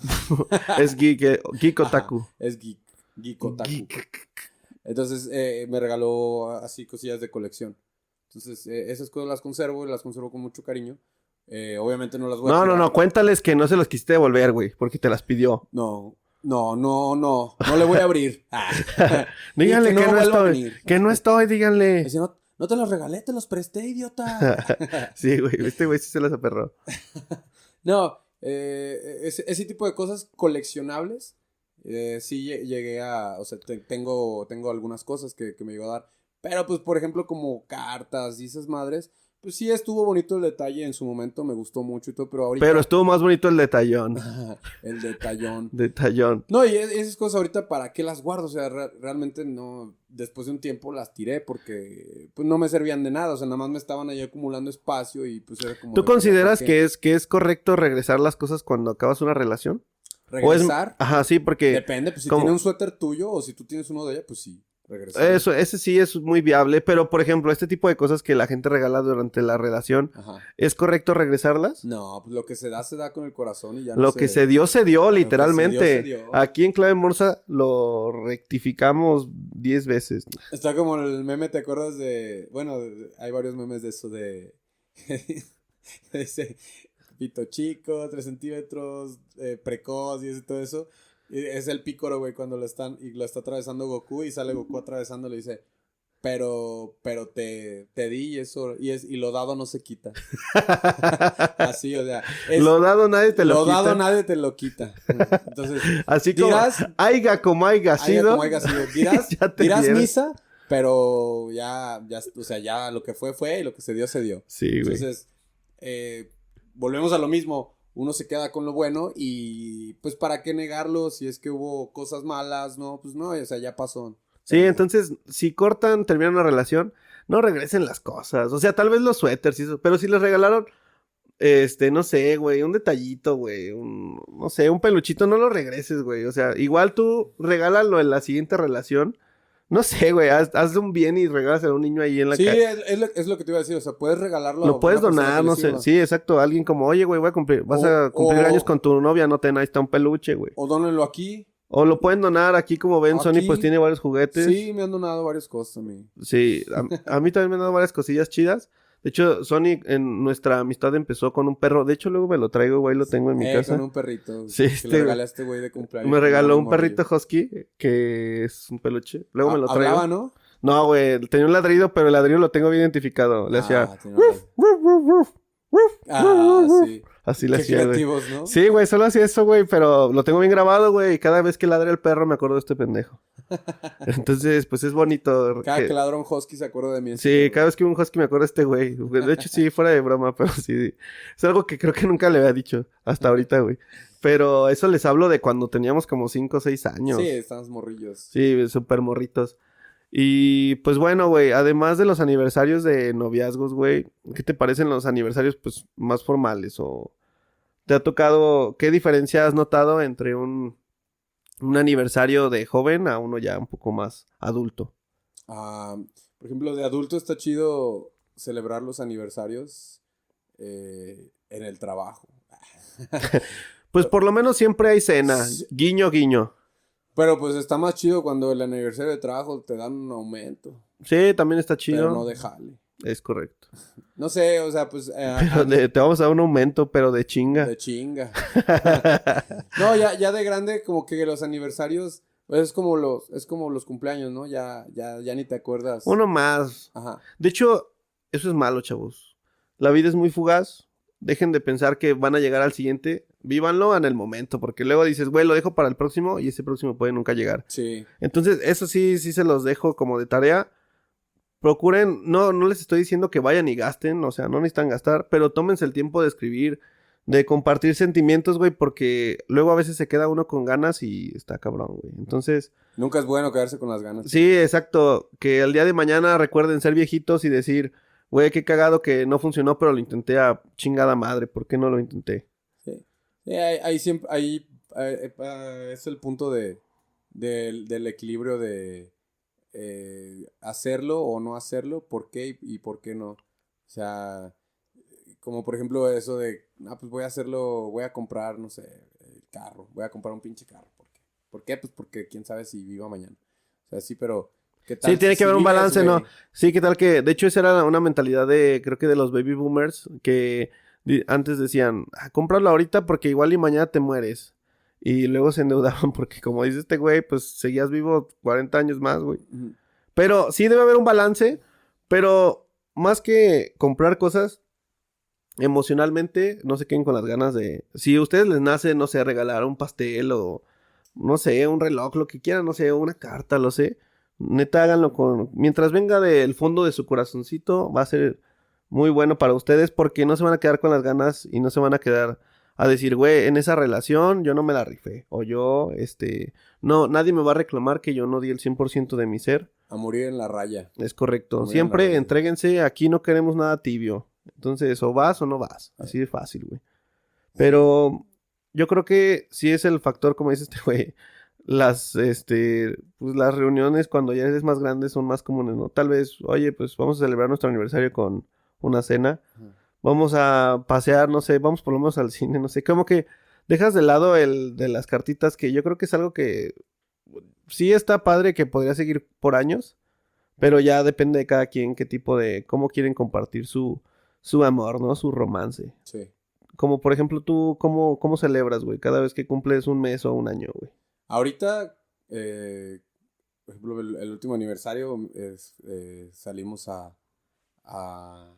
Es geek, eh, geek otaku. Es geek. Geek otaku. Geek. Entonces eh, me regaló así cosillas de colección. Entonces eh, esas cosas las conservo y las conservo con mucho cariño. Eh, obviamente no las voy a No, no, tirar. no, cuéntales que no se los quisiste devolver, güey, porque te las pidió. No, no, no, no. No le voy a abrir. Ah. Díganle que, no, vuelva a estoy. venir. Que no estoy, díganle. Dice, no, no te los regalé, te los presté, idiota. Sí, güey, este güey sí se las aperró. no, eh, ese, ese tipo de cosas coleccionables. eh, sí lle- llegué a, o sea, te- tengo, tengo algunas cosas que, que me llegó a dar. Pero pues, por ejemplo, como cartas y esas madres, pues sí estuvo bonito el detalle en su momento, me gustó mucho y todo, pero ahorita... Pero estuvo más bonito el detallón. el detallón. Detallón. No, y es- esas cosas ahorita, ¿para qué las guardo? O sea, re- realmente no, después de un tiempo las tiré porque pues no me servían de nada, o sea, nada más me estaban ahí acumulando espacio y pues era como... ¿Tú de, pues, consideras ¿para qué? que es, que es correcto regresar las cosas cuando acabas una relación? ¿O es- regresar? Ajá, sí, porque... Depende, pues si ¿Cómo? tiene un suéter tuyo o si tú tienes uno de ella, pues sí, regresar. Eso, ese sí es muy viable, pero por ejemplo, este tipo de cosas que la gente regala durante la relación, Ajá. ¿es correcto regresarlas? No, pues lo que se da, se da con el corazón y ya no Lo se- que se dio, se dio, que se literalmente. dio, se dio. Aquí en Clave Morsa lo rectificamos 10 veces. Está como el meme, ¿te acuerdas de...? Bueno, hay varios memes de eso de... Dice, pito chico, 3 centímetros, eh, precoz y ese- todo eso. Y es el pícoro, güey, cuando lo están... Y lo está atravesando Goku y sale Goku atravesándolo y dice... pero, pero te, te di y eso, y, es, y lo dado no se quita. Así, o sea, es- lo dado nadie te lo, lo quita. dado nadie te lo quita. Entonces, Así como dirás- aiga como aiga haya sido. como haya sido, dirás, Ya te dirás vieron. misa, pero ya, ya, o sea, ya lo que fue fue y lo que se dio se dio. Sí, güey. Entonces, eh, volvemos a lo mismo. Uno se queda con lo bueno y pues para qué negarlo si es que hubo cosas malas, no, pues no, o sea, ya pasó. Sí, entonces, si cortan, terminan una relación, no regresen las cosas. O sea, tal vez los suéteres y eso, pero si les regalaron, este, no sé, güey, un detallito, güey, un, no sé, un peluchito, no lo regreses, güey. O sea, igual tú regálalo en la siguiente relación. No sé, güey, haz, haz un bien y regálaselo a un niño ahí en la Sí, calle. es, es lo, es lo que te iba a decir, o sea, puedes regalarlo. a Lo puedes una persona que donar, le no sé. sirva. Sí, exacto. Alguien como, oye, güey, voy a cumplir, vas O- a cumplir o- años con tu novia, no ten, ahí está un peluche, güey. O dónenlo aquí. O lo pueden donar aquí, como ven, Sony Aquí. pues tiene varios juguetes. Sí, me han donado varias cosas a mí. Sí, a, a mí también me han dado varias cosillas chidas. De hecho, Sonic en nuestra amistad empezó con un perro. De hecho, luego me lo traigo, güey, lo tengo en mi Eh, casa. con un perrito. Sí, que este le güey. regalé a este güey de cumpleaños. Me regaló un Morrillo. Ah, perrito husky, eh, que es un peluche. Luego Ha- me lo traigo. Hablaba, ¿no? No, güey, tenía un ladrido, pero el ladrido lo tengo bien identificado. Le hacía... Ah, tiene una- "Ruf, ruf, ruf". Ah, sí. Así le Qué hacía, güey. creativos, ¿no? Sí, güey, solo hacía eso, güey, pero lo tengo bien grabado, güey, y cada vez que ladra el perro me acuerdo de este pendejo. Entonces, pues es bonito. Cada que- que ladrón Husky se acuerda de mí. Sí, cada vez que un husky me acuerdo de este güey. Güey, De hecho, sí, fuera de broma, pero sí. Es algo que creo que nunca le había dicho hasta ahorita, güey. Pero eso les hablo de cuando teníamos como 5 o 6 años. Sí, estamos morrillos. Sí, súper morritos. Y pues bueno, güey, además de los aniversarios de noviazgos, güey, ¿qué te parecen los aniversarios pues más formales? ¿O te ha tocado, qué diferencia has notado entre un, un aniversario de joven a uno ya un poco más adulto? Ah, por ejemplo, de adulto está chido celebrar los aniversarios eh, en el trabajo. Pues por lo menos siempre hay cena. Sí. Guiño, guiño. Pero pues está más chido cuando el aniversario de trabajo te dan un aumento. Sí, también está chido. Pero no de jale. Es correcto. No sé, o sea, pues... eh, Pero de- te vamos a dar un aumento, pero de chinga. De chinga. no, ya, ya de grande, como que los aniversarios, pues, es como los, es como los cumpleaños, ¿no? Ya, ya, ya ni te acuerdas. Uno más. Ajá. De hecho, eso es malo, chavos. La vida es muy fugaz. Dejen de pensar que van a llegar al siguiente. Vívanlo en el momento, porque luego dices, güey, lo dejo para el próximo y ese próximo puede nunca llegar. Sí. Entonces, eso sí, sí se los dejo como de tarea. Procuren, no, no les estoy diciendo que vayan y gasten, o sea, no necesitan gastar, pero tómense el tiempo de escribir, de compartir sentimientos, güey, porque luego a veces se queda uno con ganas y está cabrón, güey. Entonces, Nunca es bueno quedarse con las ganas. sí, exacto, que el día de mañana recuerden ser viejitos y decir, güey, qué cagado que no funcionó, pero lo intenté a chingada madre, ¿por qué no lo intenté? Sí, ahí, ahí siempre, ahí eh, eh, es el punto de, del, del equilibrio de eh, hacerlo o no hacerlo, por qué y, y por qué no. O sea, como por ejemplo eso de, ah, pues voy a hacerlo, voy a comprar, no sé, el carro, voy a comprar un pinche carro. ¿Por qué? ¿Por qué? Pues porque quién sabe si viva mañana. O sea, sí, pero... ¿qué tal tiene que si haber un vives, balance, ¿no? güey? Sí, qué tal que, de hecho, esa era una mentalidad de, creo que de los baby boomers, que di- antes decían, "Ah, cómpralo ahorita porque igual y mañana te mueres. Y luego se endeudaban porque, como dice este güey, pues seguías vivo 40 años más, güey. Ujú. Pero sí debe haber un balance, pero más que comprar cosas emocionalmente, no se queden con las ganas de... Si a ustedes les nace, no sé, regalar un pastel o, no sé, un reloj, lo que quieran, no sé, una carta, lo sé. Neta, háganlo con... Mientras venga del fondo de su corazoncito, va a ser muy bueno para ustedes porque no se van a quedar con las ganas y no se van a quedar a decir, güey, en esa relación yo no me la rifé. O yo, este... No, nadie me va a reclamar que yo no di el 100% de mi ser. A morir en la raya. Es correcto. Muy Siempre honorable. entréguense, aquí no queremos nada tibio. Entonces, o vas o no vas. Así de fácil, güey. Pero yo creo que sí es el factor, como dice este güey. Las, este, pues las reuniones cuando ya eres más grande son más comunes, ¿no? Tal vez, oye, pues vamos a celebrar nuestro aniversario con una cena. Ajá. Vamos a pasear, no sé, vamos por lo menos al cine, no sé. Como que dejas de lado el de las cartitas, que yo creo que es algo que sí está padre que podría seguir por años, pero ya depende de cada quien qué tipo de, cómo quieren compartir su, su amor, ¿no? Su romance. Sí. Como por ejemplo tú, ¿cómo, cómo celebras, güey? Cada vez que cumples un mes o un año, güey. Ahorita, eh, por ejemplo, el, el último aniversario es, eh, salimos a, a-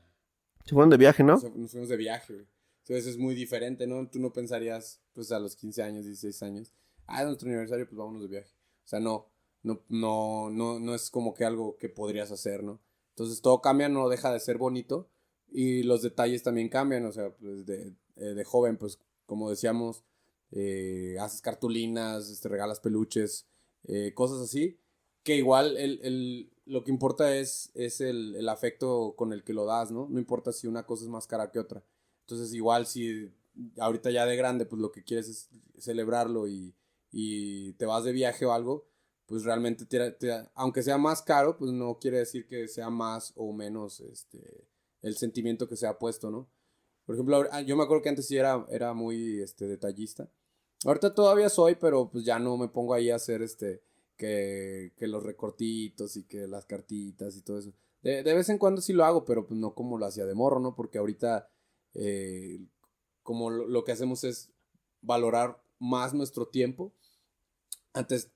Se fueron de viaje, ¿no? se- Nos fuimos de viaje, güey. Entonces es muy diferente, ¿no? Tú no pensarías, pues a los 15 años, 16 años, ah, es nuestro aniversario, pues vámonos de viaje. O sea, no, no, no, no, no es como que algo que podrías hacer, ¿no? Entonces todo cambia, no deja de ser bonito y los detalles también cambian, o sea, pues de, eh, de joven, pues como decíamos, eh, haces cartulinas, te regalas peluches, eh, cosas así, que igual el, el- lo que importa es, es el, el afecto con el que lo das, ¿no? No importa si una cosa es más cara que otra. Entonces igual si ahorita ya de grande, pues lo que quieres es celebrarlo y, y te vas de viaje o algo, pues realmente, te- te- aunque sea más caro, pues no quiere decir que sea más o menos este, el sentimiento que se ha puesto, ¿no? Por ejemplo, ahora- ah, yo me acuerdo que antes sí era, era muy este, detallista. Ahorita todavía soy, pero pues ya no me pongo ahí a hacer este que, que los recortitos y que las cartitas y todo eso. De, de vez en cuando sí lo hago, pero pues no como lo hacía de morro, ¿no? Porque ahorita eh, como lo, lo que hacemos es valorar más nuestro tiempo. Antes,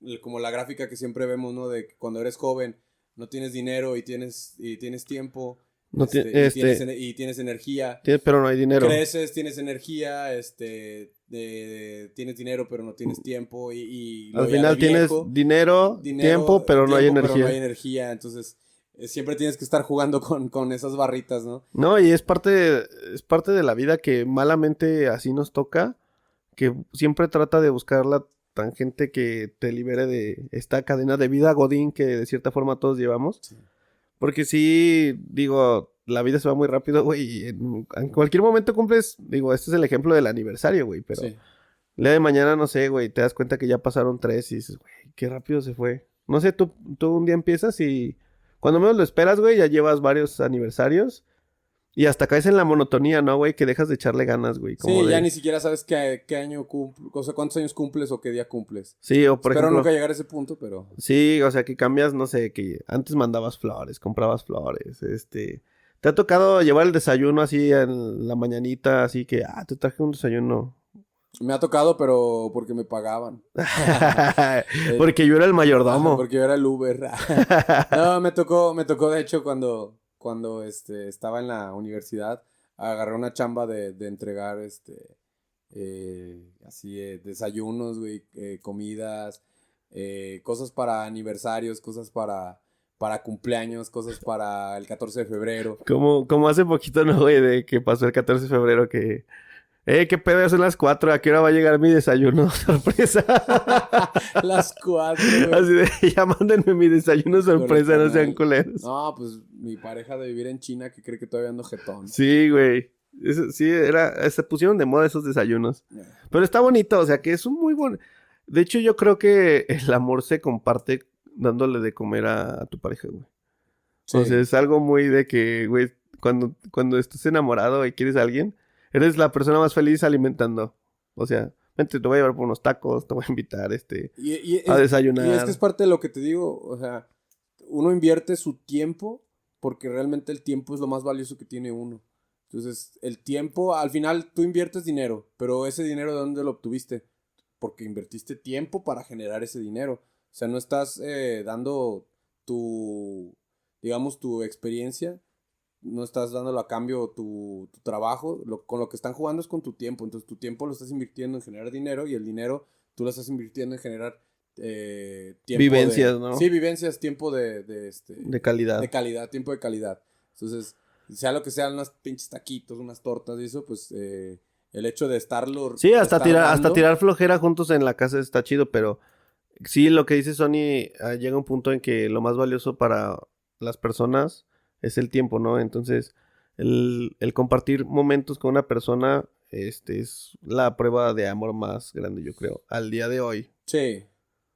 l- como la gráfica que siempre vemos, ¿no? De que cuando eres joven no tienes dinero y tienes, y tienes tiempo No este, tiene, y, tienes, este, ener- y tienes energía. tiene- pero no hay dinero. Creces, tienes energía, este, de- tienes dinero, pero no tienes tiempo. Y, y Al lo ya final de tienes viejo, dinero, dinero, tiempo, pero no hay tiempo, energía. no hay energía. Entonces, eh, siempre tienes que estar jugando con, con esas barritas, ¿no? No, y es parte, es parte de la vida que malamente así nos toca, que siempre trata de buscar la tangente que te libere de esta cadena de vida godín que de cierta forma todos llevamos. Sí. Porque sí, digo, la vida se va muy rápido, güey, y en, en cualquier momento cumples, digo, este es el ejemplo del aniversario, güey, pero Sí. el día de mañana, no sé, güey, te das cuenta que ya pasaron tres y dices, güey, qué rápido se fue. No sé, tú, tú un día empiezas y cuando menos lo esperas, güey, ya llevas varios aniversarios y hasta caes en la monotonía, ¿no, güey? Que dejas de echarle ganas, güey. Sí, como de- ya ni siquiera sabes qué, qué año cumples, o sea, cuántos años cumples o qué día cumples. Sí, o por Espero ejemplo... nunca llegar a ese punto, pero... Sí, o sea, que cambias, no sé, que antes mandabas flores, comprabas flores, este... ¿Te ha tocado llevar el desayuno así en la mañanita, así que, ah, te traje un desayuno? Me ha tocado, pero porque me pagaban. Porque yo era el Ajá, mayordomo. Porque yo era el Uber. no, me tocó, me tocó de hecho cuando, cuando este, estaba en la universidad, agarré una chamba de, de entregar este eh, así eh, desayunos, güey, eh, comidas, eh, cosas para aniversarios, cosas para, para cumpleaños, cosas para el 14 de febrero. Como, como hace poquito, ¿no, güey? De que pasó el 14 de febrero que... Eh, qué pedo, ya son las 4, ¿a qué hora va a llegar mi desayuno? Sorpresa. Las cuatro. güey. Así de, ya mándenme mi desayuno sorpresa, no sean canal. culeros. No, pues mi pareja de vivir en China que cree que todavía ando jetón. Sí, güey. Eso- sí, era... Se pusieron de moda esos desayunos. Pero está bonito, o sea que es un muy buen. De hecho, yo creo que el amor se comparte dándole de comer a, a tu pareja, güey. Sí. O sea, es algo muy de que, güey, cuando, cuando estás enamorado y quieres a alguien, eres la persona más feliz alimentando. O sea, vente, te voy a llevar por unos tacos, te voy a invitar, este, Y- y es- a desayunar. Y es que es parte de lo que te digo, o sea, uno invierte su tiempo porque realmente el tiempo es lo más valioso que tiene uno. Entonces, el tiempo, al final tú inviertes dinero, pero ese dinero ¿de dónde lo obtuviste? Porque invertiste tiempo para generar ese dinero. O sea, no estás eh, dando tu, digamos, tu experiencia, no estás dándolo a cambio tu, tu trabajo, lo- con lo que están jugando es con tu tiempo, entonces tu tiempo lo estás invirtiendo en generar dinero y el dinero tú lo estás invirtiendo en generar eh, tiempo. de- Vivencias, ¿no? Sí, vivencias, tiempo de, de, este, De calidad. de calidad, tiempo de calidad. Entonces, sea lo que sean unos pinches taquitos, unas tortas y eso, pues eh, el hecho de estarlo... Sí, hasta estar tirar, hasta dando- tirar flojera juntos en la casa está chido, pero sí, lo que dice Sony, ah, llega un punto en que lo más valioso para las personas es el tiempo, ¿no? Entonces, el, el compartir momentos con una persona este, es la prueba de amor más grande, yo creo, al día de hoy. Sí,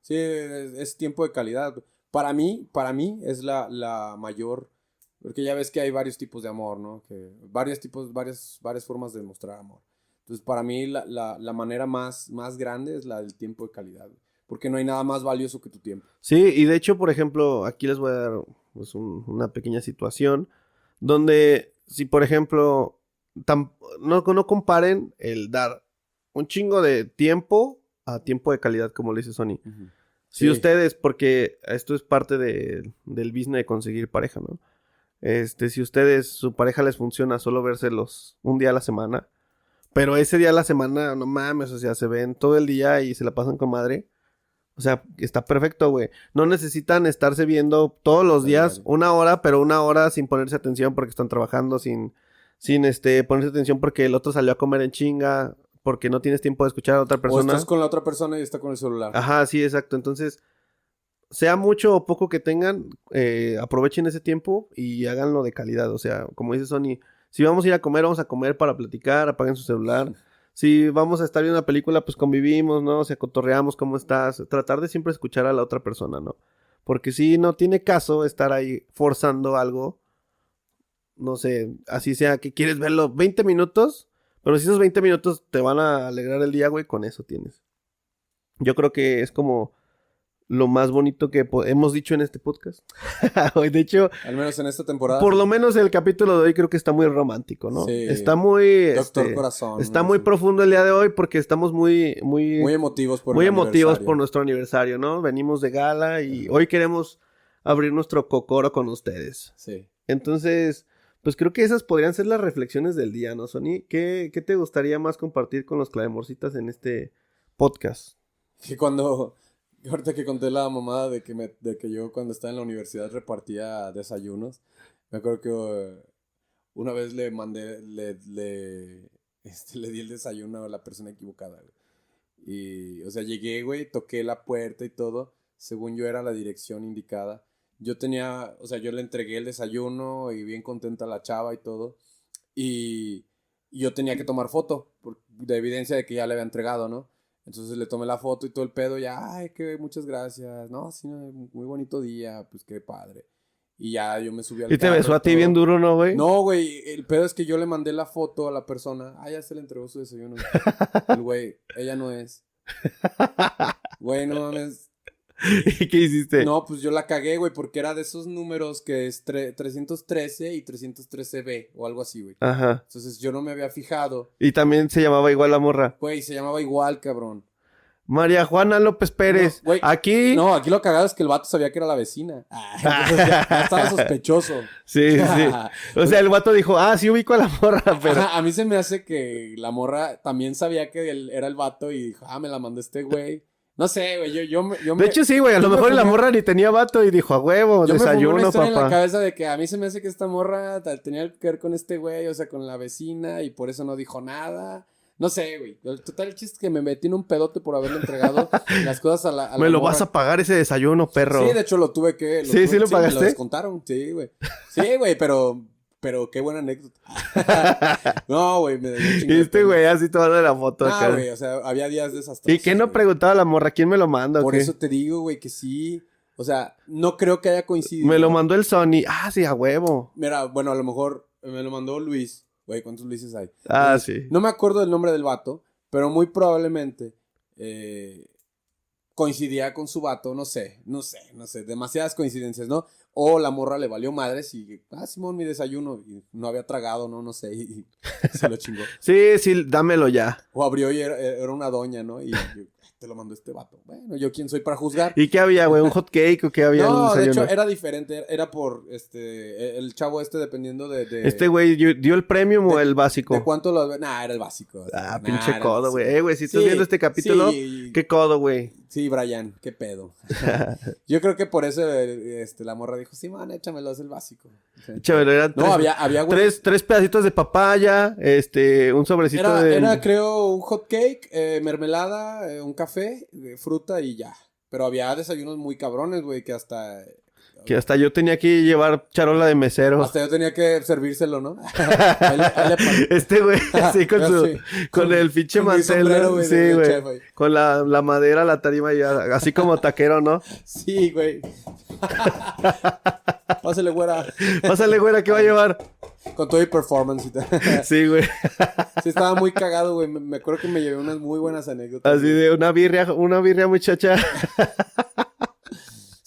sí, es, es tiempo de calidad. Para mí, para mí es la, la mayor, porque ya ves que hay varios tipos de amor, ¿no? Que varios tipos, varias, varias formas de mostrar amor. Entonces, para mí la, la, la manera más, más grande es la del tiempo de calidad, güey. porque no hay nada más valioso que tu tiempo. Sí, y de hecho, por ejemplo, aquí les voy a dar pues, un- una pequeña situación donde si, por ejemplo, tam- no, no comparen el dar un chingo de tiempo a tiempo de calidad, como le dice Sony. Si Sí. ustedes, porque esto es parte de- del business de conseguir pareja, ¿no? Este, si ustedes, su pareja les funciona solo verselos un día a la semana, pero ese día a la semana, no mames, o sea, se ven todo el día y se la pasan con madre. O sea, está perfecto, güey. No necesitan estarse viendo todos los Está días bien. una hora, pero una hora sin ponerse atención porque están trabajando, sin, sin este, ponerse atención porque el otro salió a comer en chinga, porque no tienes tiempo de escuchar a otra O persona. estás con la otra persona y está con el celular. Ajá, sí, exacto. Entonces, sea mucho o poco que tengan, eh, aprovechen ese tiempo y háganlo de calidad. O sea, como dice Sony, si vamos a ir a comer, vamos a comer para platicar, apaguen su celular. Si vamos a estar viendo una película, pues convivimos, ¿no? O sea, cotorreamos, ¿cómo estás? Tratar de siempre escuchar a la otra persona, ¿no? Porque si no tiene caso estar ahí forzando algo, no sé, así sea que quieres verlo 20 minutos, pero si esos 20 minutos te van a alegrar el día, güey, con eso tienes. Yo creo que es como lo más bonito que po- hemos dicho en este podcast. Hoy, de hecho, Al menos en esta temporada. por lo menos el capítulo de hoy creo que está muy romántico, ¿no? Sí. Está muy... Doctor este, Corazón. está ¿no? muy Sí. profundo el día de hoy porque estamos muy... Muy, Muy emotivos por muy el emotivos por aniversario. nuestro aniversario, ¿no? Venimos de gala y hoy queremos abrir nuestro cocoro con ustedes. Sí. Entonces, pues creo que esas podrían ser las reflexiones del día, ¿no, Sony? ¿Qué, qué te gustaría más compartir con los clavemorcitas en este podcast? Que cuando. Ahorita que conté la mamada de que, me, de que yo cuando estaba en la universidad repartía desayunos. Me acuerdo que eh, una vez le mandé. Le, le, este, le di el desayuno a la persona equivocada, güey. Y, o sea, llegué, güey, toqué la puerta y todo. Según yo era la dirección indicada. Yo tenía, o sea, yo le entregué el desayuno y bien contenta la chava y todo. Y y yo tenía que tomar foto por- de evidencia de que ya le había entregado, ¿no? Entonces le tomé la foto y todo el pedo, ya, ay, que muchas gracias, no, sí, no, muy bonito día, pues qué padre. Y ya yo me subí al Y te carro besó a ti todo. bien duro, ¿no, güey? No, güey, el pedo es que yo le mandé la foto a la persona. Ah, ya se le entregó su desayuno. El güey, ella no es. Güey, no mames. ¿Y qué hiciste? No, pues yo la cagué, güey, porque era de esos números que es tre- 313 y 313B o algo así, güey. Ajá. Entonces yo no me había fijado. Y también se llamaba igual la morra. Güey, se llamaba igual, cabrón. María Juana López Pérez. No, güey. Aquí. No, aquí lo cagado es que el vato sabía que era la vecina. Ah, Entonces ya, ya estaba sospechoso. Ah, Sí, sí, sí. O sea, el guato dijo, ah, sí ubico a la morra, pero. Ajá, a mí se me hace que la morra también sabía que él era el vato y dijo, ah, me la mandó este güey. No sé, güey, yo, yo, me- yo me... De hecho, sí, güey. A yo lo me mejor la fumé- morra ni tenía vato y dijo, a huevo, yo me fumé una desayuno, historia en la papá. cabeza de que a mí se me hace que esta morra ta- tenía que ver con este güey, o sea, con la vecina, y por eso no dijo nada. No sé, güey. El total chiste es que me metí en un pedote por haberle entregado las cosas a la. a la Me lo morra. vas a pagar ese desayuno, perro. Sí, de hecho lo tuve que. Sí, tuve- sí lo me pagaste. lo descontaron, sí, güey. Sí, güey, pero. Pero qué buena anécdota. no, güey, me dio un chingo Y de este pena. güey así tomando la foto Ah, acá. güey, o sea, había días desastrosos. ¿Y qué no güey. preguntaba la morra? ¿Quién me lo manda? o Por qué? eso te digo, güey, que sí. O sea, no creo que haya coincidido. Me lo mandó el Sony. Ah, sí, a huevo. Mira, bueno, a lo mejor me lo mandó Luis. Güey, ¿cuántos Luises hay? Ah, Entonces, sí. No me acuerdo del nombre del vato, pero muy probablemente eh, coincidía con su vato, no sé, no sé, no sé, demasiadas coincidencias, ¿no? O la morra le valió madres y, ah, Simón, mi desayuno, y no había tragado, no, no sé, y, y se lo chingó. Sí, sí, dámelo ya. O abrió y era, era una doña, ¿no? Y yo, te lo mandó este vato. Bueno, yo quién soy para juzgar. ¿Y qué había, güey? ¿Un hot cake o qué había en el No, de desayuno? hecho, era diferente, era por, este, el chavo este dependiendo de... de- Este güey dio dio el premium o el básico. ¿De cuánto lo.? Nah, era el básico. Ah, Nah, pinche era el codo, básico. güey. Eh, güey, si estás Sí, viendo este capítulo, Sí, qué codo, güey. sí, Brian, qué pedo. Yo creo que por eso eh, este, la morra dijo: Sí, man, échamelo, es el básico. Chévere, eran No, tres, había, había, güey. tres, tres pedacitos de papaya, este, un sobrecito Era, de... era, creo, un hot cake, eh, mermelada, eh, un café, eh, fruta y ya. Pero había desayunos muy cabrones, güey, que hasta. Que hasta yo tenía que llevar charola de mesero. Hasta yo tenía que servírselo, ¿no? Ahí le- ahí le pa- Este güey, así con Ah, su... sí. Con el pinche con mi mantel, sombrero, ¿no? güey, de- sí, de güey. chef, güey. Con la, la madera, la tarima, y ya, así como taquero, ¿no? Sí, güey. Pásale, güera. Pásale, güey, ¿a ¿qué va a llevar? Con todo y performance y tal. Sí, güey. Sí, estaba muy cagado, güey. Me, me acuerdo que me llevé unas muy buenas anécdotas. Así de una birria, una birria muchacha.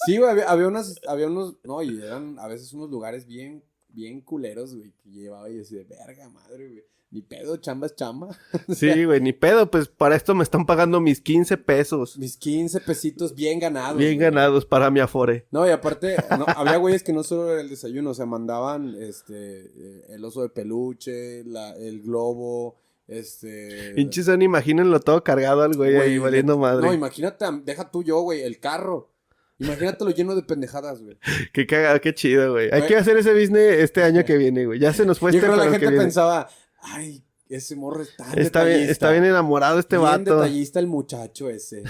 Sí, güey, había, había unas, había unos, no, y eran a veces unos lugares bien, bien culeros, güey, que llevaba y así de verga, madre, güey. ni pedo, chamba es chamba. Sí, güey, ni pedo, pues para esto me están pagando mis 15 pesos. Mis 15 pesitos bien ganados. Bien güey. ganados para mi afore. No, y aparte, no, había güeyes que no solo era el desayuno, o sea, mandaban este, eh, el oso de peluche, la- el globo, este... Hinchizón, imagínenlo todo cargado al güey ahí güey, valiendo No, madre. imagínate, deja tú yo, güey, el carro. Imagínatelo lleno de pendejadas, güey. qué cagado, qué chido, güey. Hay Güey. que hacer ese business este año que viene, güey. Ya se nos fue Yo este creo que la pero el que gente viene. pensaba, ay, ese morro está Está bien, está bien enamorado este vato. detallista el muchacho ese.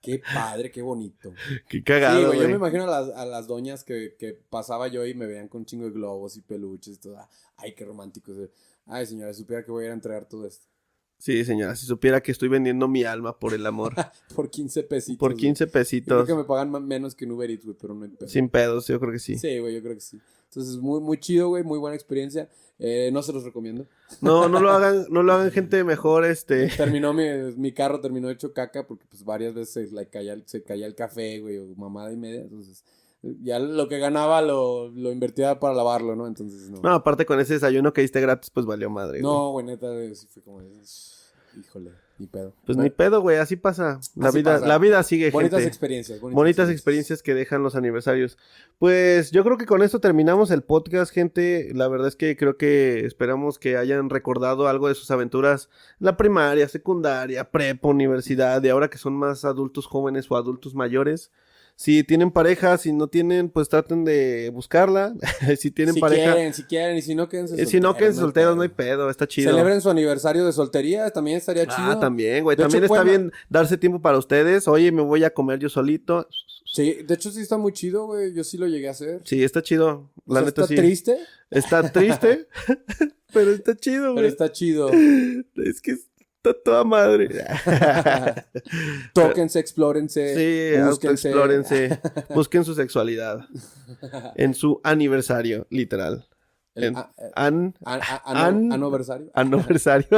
qué padre, qué bonito. Qué sí, cagado, güey, yo me güey. imagino a las, a las doñas que, que pasaba yo y me veían con un chingo de globos y peluches y todo. Ay, qué romántico. güey. Ay, señora, supiera que voy a ir a entregar todo esto. Sí, señora, si supiera que estoy vendiendo mi alma por el amor. Por 15 pesitos. por güey. 15 Yo creo pesitos. que me pagan ma- menos que en Uber Eats, güey, pero no hay pedo. Sin pedos, yo creo que sí. Sí, güey, yo creo que sí. Entonces, muy, muy chido, güey, muy buena experiencia. Eh, no se los recomiendo. No, no lo hagan, no lo hagan gente mejor, este. Terminó mi, mi carro, terminó hecho caca porque pues varias veces se, like, caía, el- se caía el café, güey, o mamada y media. Entonces, ya lo que ganaba lo, lo invertía para lavarlo, ¿no? Entonces, no. No, aparte con ese desayuno que diste gratis, pues valió madre, güey. No, güey, neta, güey, sí fue como, de, híjole, ni pedo. Pues Bueno, ni pedo, güey, así pasa. La Así vida, pasa. la vida sigue, Bonitas gente. experiencias. Bonitas experiencias que dejan los aniversarios. Pues yo creo que con esto terminamos el podcast, gente. La verdad es que creo que esperamos que hayan recordado algo de sus aventuras, la primaria, secundaria, prepa, universidad, y ahora que son más adultos jóvenes o adultos mayores. Si tienen pareja, si no tienen, pues traten de buscarla. si tienen si pareja, quieren, si quieren, y si no, quédense eh, si no, que solteros, no hay pedo. pedo, está chido. Celebren su aniversario de soltería, también estaría chido. Ah, también, güey. De hecho, También está Puebla- bien darse tiempo para ustedes. Oye, me voy a comer yo solito. Sí, de hecho sí está muy chido, güey, yo sí lo llegué a hacer. Sí, está chido. O La sea, neta está sí. triste, Está triste, pero está chido, pero güey. está chido. Es que está toda madre. Tóquense, explórense. sí, búsquense. autoexplórense. Busquen su sexualidad en su aniversario, liteal. El- En- a- a- An a- a- ano- an- Anoversario. aniversario.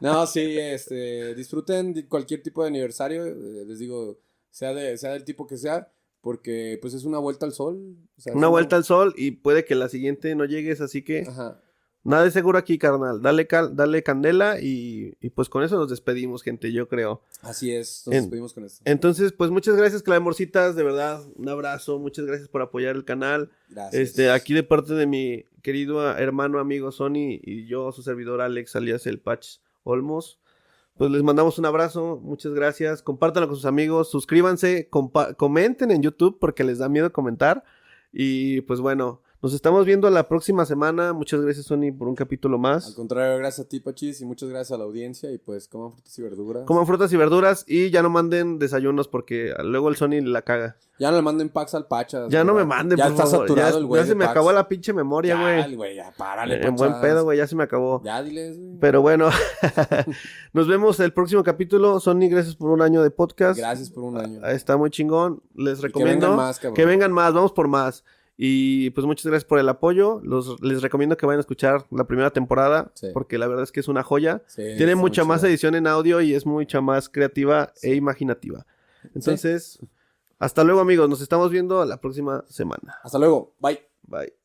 No, sí, este, disfruten de cualquier tipo de aniversario, eh, les digo, sea, de, sea del tipo que sea, porque pues es una vuelta al sol. o sea, es Una vuelta al sol y puede que la siguiente no llegues, así que Ajá. nada de seguro aquí, carnal. Dale, cal- dale candela y, y pues con eso nos despedimos, gente, yo creo. Así es, nos En- despedimos con esto. Entonces, pues muchas gracias, Clamorcitas, de verdad, un abrazo, muchas gracias por apoyar el canal. Gracias. Este, aquí de parte de mi querido a- hermano, amigo Sony y yo, su servidor Alex, alias el Patch Olmos. Pues les mandamos un abrazo, muchas gracias. Compártanlo con sus amigos, suscríbanse, compa- comenten en YouTube porque les da miedo comentar. Y pues bueno, nos estamos viendo la próxima semana. Muchas gracias, Sony, por un capítulo Al más. contrario, gracias a ti, Pachis, y muchas gracias a la audiencia, y pues coman frutas y verduras. Coman frutas y verduras y ya no manden desayunos porque luego el Sony la caga. Ya no le manden packs al Pachas. Ya no me güey. manden, Ya por está favor. saturado ya, el güey. ya se de me packs. acabó la pinche memoria, Ya, güey. Eh, güey, ya párale, En buen Pachas. pedo, güey, ya se me acabó. Ya diles, güey. Pero bueno, nos vemos el próximo capítulo. Sony, gracias por un año de podcast. Gracias por un año. Está muy chingón. Les Ah, Y que vengan recomiendo más, cabrón. que vengan más. Vamos por más. Y pues muchas gracias por el apoyo. Los, les recomiendo que vayan a escuchar la primera temporada Sí. porque la verdad es que es una joya. Sí, Tiene está muy mucha más chido. edición en audio y es mucha más creativa e imaginativa. Entonces, hasta luego amigos. Nos estamos viendo la próxima semana. Hasta luego. Bye. Bye.